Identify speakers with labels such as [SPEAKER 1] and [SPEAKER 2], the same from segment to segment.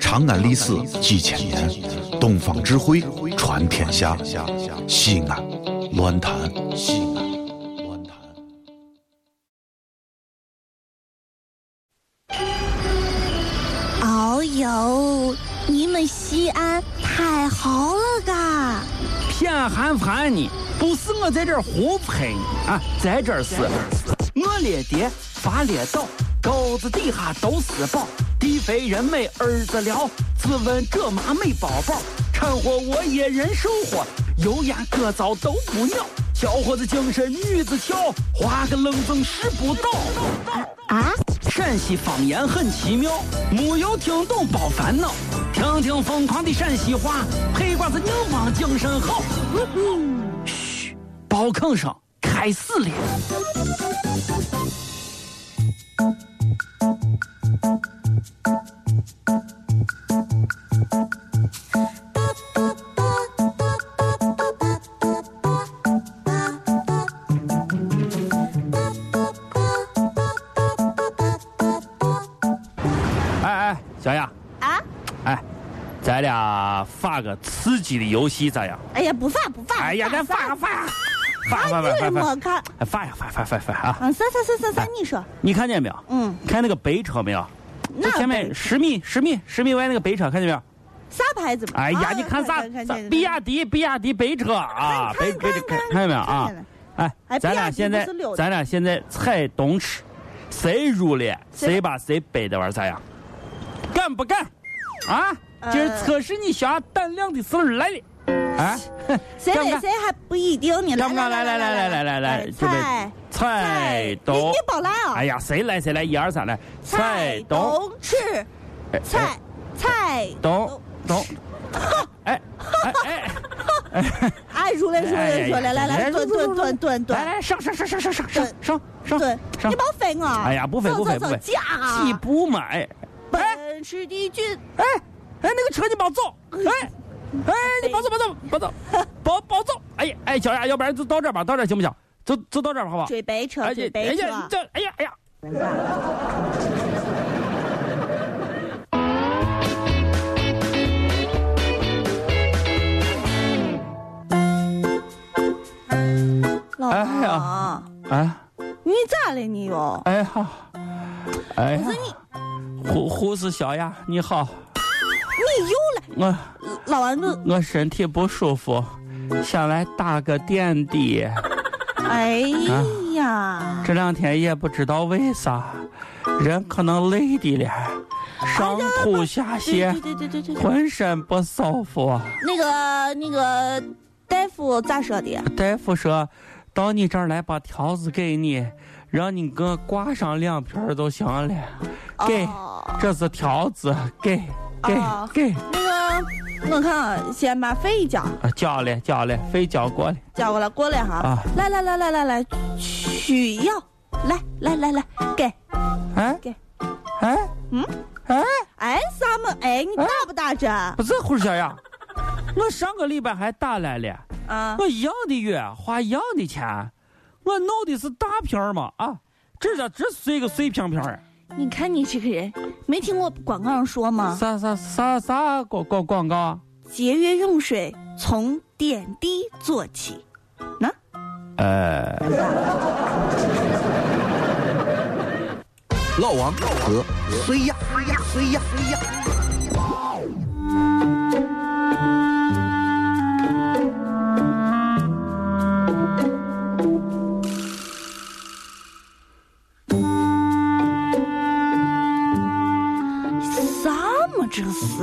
[SPEAKER 1] 长安历史几千年，东方智慧传天下。西安，乱谈西安。乱谈。
[SPEAKER 2] 哦呦，你们西安太好了嘎！
[SPEAKER 3] 偏寒寒你，不是我在这儿胡喷你啊，在这儿是，我列爹爸列倒，沟子底下都是宝，地肥人美儿子了，自问这妈没宝宝，掺和我也人生活，油盐各糟都不尿，小伙子精神女子俏，花个愣风使不倒。
[SPEAKER 2] 啊，
[SPEAKER 3] 陕西方言很奇妙，没有听懂别烦恼，听听疯狂的陕西话，黑瓜子硬邦精神好。嘘，包吭声开始了。
[SPEAKER 4] 哎哎，小雅，
[SPEAKER 2] 啊，
[SPEAKER 4] 哎，咱俩发个刺激的游戏咋样？
[SPEAKER 2] 哎呀，不发不发！
[SPEAKER 4] 哎呀，
[SPEAKER 2] 不
[SPEAKER 4] 咱发
[SPEAKER 2] 不
[SPEAKER 4] 个发个发
[SPEAKER 2] 啊
[SPEAKER 4] 个发
[SPEAKER 2] 对我
[SPEAKER 4] 个发
[SPEAKER 2] 看，
[SPEAKER 4] 个发呀发发发发啊！
[SPEAKER 2] 嗯，算算算算算，你说，
[SPEAKER 4] 你看见没有？
[SPEAKER 2] 嗯，
[SPEAKER 4] 看那个白车没有？
[SPEAKER 2] 那
[SPEAKER 4] 就前面十米十米十米外那个白车，看见没有？
[SPEAKER 2] 啥牌子嘛？
[SPEAKER 4] 哎呀，
[SPEAKER 2] 啊
[SPEAKER 4] 你看啥？啥
[SPEAKER 2] 见
[SPEAKER 4] 比亚迪比亚迪白车啊，
[SPEAKER 2] 看
[SPEAKER 4] 白
[SPEAKER 2] 看
[SPEAKER 4] 白车
[SPEAKER 2] 看
[SPEAKER 4] 看看见没有啊
[SPEAKER 2] 看见了？哎
[SPEAKER 4] 哎，咱俩现
[SPEAKER 2] 比亚
[SPEAKER 4] 在
[SPEAKER 2] 迪不是溜的
[SPEAKER 4] 咱俩现在猜东西，谁入了谁把谁背的玩咋样？敢不敢？啊，
[SPEAKER 2] 呃
[SPEAKER 4] 今儿测试你小胆量的时候来了。啊，
[SPEAKER 2] 谁
[SPEAKER 4] 干不
[SPEAKER 2] 谁
[SPEAKER 4] 干
[SPEAKER 2] 谁还不一定呢。
[SPEAKER 4] 干不干？来来来来来来来，准备
[SPEAKER 2] 菜
[SPEAKER 4] 菜
[SPEAKER 2] 你
[SPEAKER 4] 东
[SPEAKER 2] 你。别来啊！
[SPEAKER 4] 哎呀，谁来谁来？一二三来，
[SPEAKER 2] 菜
[SPEAKER 4] 东
[SPEAKER 2] 懂吃
[SPEAKER 4] 哎
[SPEAKER 2] 菜菜
[SPEAKER 4] 东东。 哎哎哎！
[SPEAKER 2] 哎，如来如来如来，来来蹲蹲蹲蹲
[SPEAKER 4] 来
[SPEAKER 2] 蹲
[SPEAKER 4] 来上上上上上上上上哎上
[SPEAKER 2] 蹲，
[SPEAKER 4] 上
[SPEAKER 2] 你！别飞我！
[SPEAKER 4] 哎呀，不飞不飞不
[SPEAKER 2] 走
[SPEAKER 4] 飞
[SPEAKER 2] 走走，驾！
[SPEAKER 4] 起步嘛！哎哎
[SPEAKER 2] 奔驰的骏，
[SPEAKER 4] 哎哎，那个车你别走！
[SPEAKER 2] 嗯
[SPEAKER 4] 哎哎，你别走别走别走，别别走！哎呀哎，小雅，要不然就到这儿吧，到这儿行不行？就就到这儿吧好不好？
[SPEAKER 2] 追白车，
[SPEAKER 4] 哎
[SPEAKER 2] 追
[SPEAKER 4] 呀
[SPEAKER 2] 白
[SPEAKER 4] 哎呀，
[SPEAKER 2] 车。
[SPEAKER 4] 这哎呀哎呀！
[SPEAKER 2] 老
[SPEAKER 4] 哎
[SPEAKER 2] 婆，
[SPEAKER 4] 哎
[SPEAKER 2] 你咋了你又？
[SPEAKER 4] 哎呀哎呀
[SPEAKER 2] 不！是你，
[SPEAKER 4] 护护士小雅你好，
[SPEAKER 2] 你又
[SPEAKER 4] 我
[SPEAKER 2] 来，老顽固。
[SPEAKER 4] 我身体不舒服，想来打个点滴。
[SPEAKER 2] 哎呀，
[SPEAKER 4] 这两天也不知道为啥，人可能累的了，
[SPEAKER 2] 哎
[SPEAKER 4] 上吐下
[SPEAKER 2] 对
[SPEAKER 4] 泻，
[SPEAKER 2] 对对对对对，
[SPEAKER 4] 浑身不舒服。
[SPEAKER 2] 那个那个大夫咋说的？
[SPEAKER 4] 大夫说，到你这儿来把条子给你，让你给我挂上两瓶儿就行了。给，
[SPEAKER 2] 哦
[SPEAKER 4] 这是条子，给给
[SPEAKER 2] 哦
[SPEAKER 4] 给，
[SPEAKER 2] 那个，我看啊先把肺交
[SPEAKER 4] 啊交了交了，非交过了。
[SPEAKER 2] 交过来，过来哈
[SPEAKER 4] 啊。
[SPEAKER 2] 来来来来来来，取药，来来来来，给。
[SPEAKER 4] 哎
[SPEAKER 2] 给
[SPEAKER 4] 哎
[SPEAKER 2] 嗯
[SPEAKER 4] 哎，
[SPEAKER 2] 哎，啥么？哎，你打不啊打针？
[SPEAKER 4] 不是胡小雅，我上个礼拜还打来了。
[SPEAKER 2] 啊，
[SPEAKER 4] 我一样的月花一样的钱，我弄的是大瓶儿嘛啊，这叫只碎个碎瓶瓶儿，
[SPEAKER 2] 你看你这个人，没听过广告上说吗？
[SPEAKER 4] 啥啥啥啥广广广告啊？
[SPEAKER 2] 节约用水，从点滴做起。那
[SPEAKER 4] 呃，
[SPEAKER 1] 老王和谁呀？谁呀？谁呀？谁呀？
[SPEAKER 2] 啥么这是？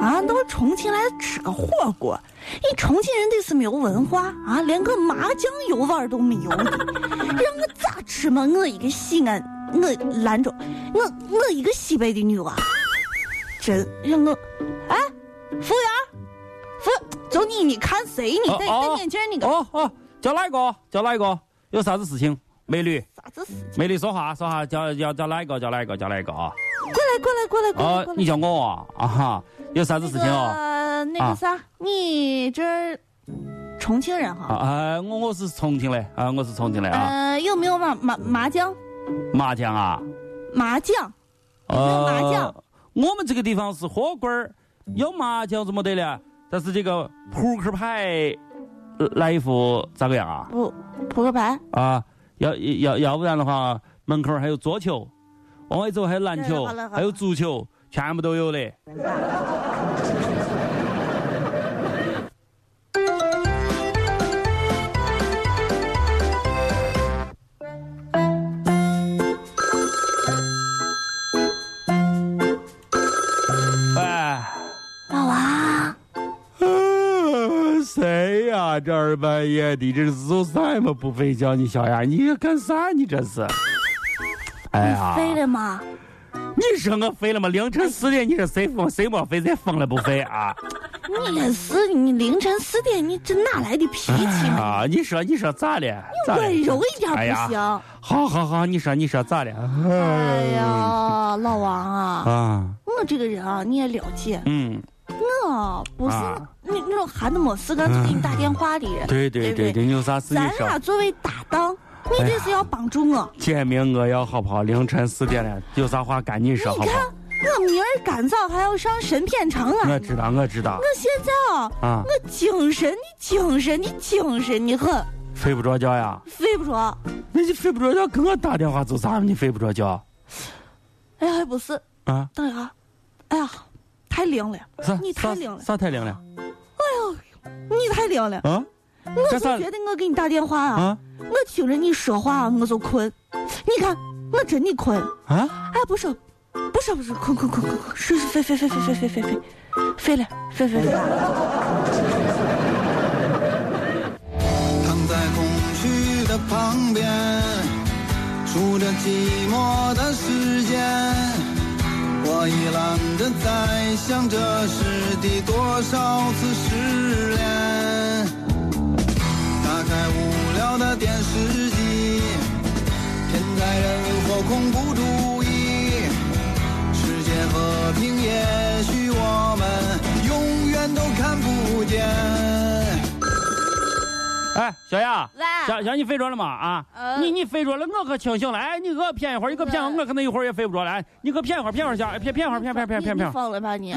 [SPEAKER 2] 啊，到重庆来吃个火锅，你重庆人这是没有文化啊，连个麻酱油碗都没有的，让我咋吃嘛？我一个西安，我兰州，我我一个西北的女娃，真让我，哎，服务员，啊服，就你，你看谁？你
[SPEAKER 4] 哦
[SPEAKER 2] 戴
[SPEAKER 4] 哦
[SPEAKER 2] 戴眼镜儿，你个
[SPEAKER 4] 哦哦，叫哪一个？叫哪一个？有啥子事情？美女，
[SPEAKER 2] 啥子死？
[SPEAKER 4] 美女说话说话，叫叫叫哪一个？叫哪一个？叫哪一个啊？
[SPEAKER 2] 过来，过来，过来，过来，
[SPEAKER 4] 哦
[SPEAKER 2] 过，来
[SPEAKER 4] 你叫我啊？啊哈，有啥子事情哦？
[SPEAKER 2] 那个那个
[SPEAKER 4] 啊
[SPEAKER 2] 啥，你这儿重庆人哈？
[SPEAKER 4] 啊啊，我我是重庆嘞，啊，我是重庆嘞啊，
[SPEAKER 2] 呃，有没有麻麻麻将？
[SPEAKER 4] 麻将啊，
[SPEAKER 2] 麻将，有没有麻将
[SPEAKER 4] 呃，我们这个地方是火锅儿，有麻将怎么的了？但是这个扑克牌，呃来一副咋个样啊？
[SPEAKER 2] 不，哦扑克牌，
[SPEAKER 4] 啊，要要要不然的话，门口还有桌球，往外走还有篮球
[SPEAKER 2] 好了好了，
[SPEAKER 4] 还有足球，全部都有 嘞。哎，
[SPEAKER 2] 老王，
[SPEAKER 4] 呃谁呀、这二半夜的，这是什么不睡觉？你小丫，你要干啥？你这是？哎呀，
[SPEAKER 2] 飞了吗？
[SPEAKER 4] 你说我飞了吗？凌晨四点，你说谁疯？谁没飞？谁疯了不飞啊？
[SPEAKER 2] 你也是，你凌晨四点，你这哪来的脾气 呢？
[SPEAKER 4] 啊，你说你说咋了？咋了？
[SPEAKER 2] 温柔一点
[SPEAKER 4] 哎呀
[SPEAKER 2] 不行？
[SPEAKER 4] 好好好，你说你说咋了？
[SPEAKER 2] 哎呀，老王啊，
[SPEAKER 4] 嗯啊，
[SPEAKER 2] 我这个人啊，你也了解，
[SPEAKER 4] 嗯，
[SPEAKER 2] 我不是
[SPEAKER 4] 啊
[SPEAKER 2] 那那种闲的没事干就给你打电话的人。
[SPEAKER 4] 对
[SPEAKER 2] 对
[SPEAKER 4] 对对
[SPEAKER 2] 不对
[SPEAKER 4] 对，你有啥事你
[SPEAKER 2] 咱俩
[SPEAKER 4] 说。
[SPEAKER 2] 作为搭
[SPEAKER 4] 哎
[SPEAKER 2] 档，你这是要帮助我。
[SPEAKER 4] 见面我要好不好？凌晨四点了，有啥话赶紧说好
[SPEAKER 2] 你
[SPEAKER 4] 不
[SPEAKER 2] 看
[SPEAKER 4] 好？，
[SPEAKER 2] 我明儿赶早还要上神片场啊。
[SPEAKER 4] 我知道，我知道
[SPEAKER 2] 我。现在啊，
[SPEAKER 4] 啊
[SPEAKER 2] 我精神的精神的精神的很，
[SPEAKER 4] 睡不着觉呀？
[SPEAKER 2] 睡不着。
[SPEAKER 4] 那你睡不着觉，给我打电话做啥？你睡不着觉
[SPEAKER 2] 哎呀，还不是，
[SPEAKER 4] 啊？
[SPEAKER 2] 等一下，哎呀，太灵了，
[SPEAKER 4] 啥？
[SPEAKER 2] 呃你太灵了
[SPEAKER 4] 啥啥太灵了？
[SPEAKER 2] 你太灵了。
[SPEAKER 4] 啊？
[SPEAKER 2] 我
[SPEAKER 4] 这
[SPEAKER 2] 就
[SPEAKER 4] 算
[SPEAKER 2] 觉得我给你打电话啊，
[SPEAKER 4] 啊
[SPEAKER 2] 我听着你说话我就困。你看，我真的困。
[SPEAKER 4] 啊？
[SPEAKER 2] 哎，不是，不是，不是，困困困困困，睡睡飞飞飞飞飞飞飞飞了，飞飞飞。
[SPEAKER 5] 躺在空虚的旁边，数着寂寞的时间，我已懒得再想这是第多少次失恋。打开无聊的电视机，天灾人祸恐怖主义，世界和平也许我们永远都看不见。
[SPEAKER 4] 哎，小亚，
[SPEAKER 2] 喂
[SPEAKER 4] 小小你睡着了吗？啊，
[SPEAKER 2] 呃
[SPEAKER 4] 你你睡着了，我可清醒了。哎，你给我骗一会儿，你给我骗一会儿，我可能一会儿也睡不着了。哎，你给我骗一会儿，骗一会儿小，骗骗一会儿，骗骗骗骗
[SPEAKER 2] 你
[SPEAKER 4] 骗
[SPEAKER 2] 你。疯了吧你？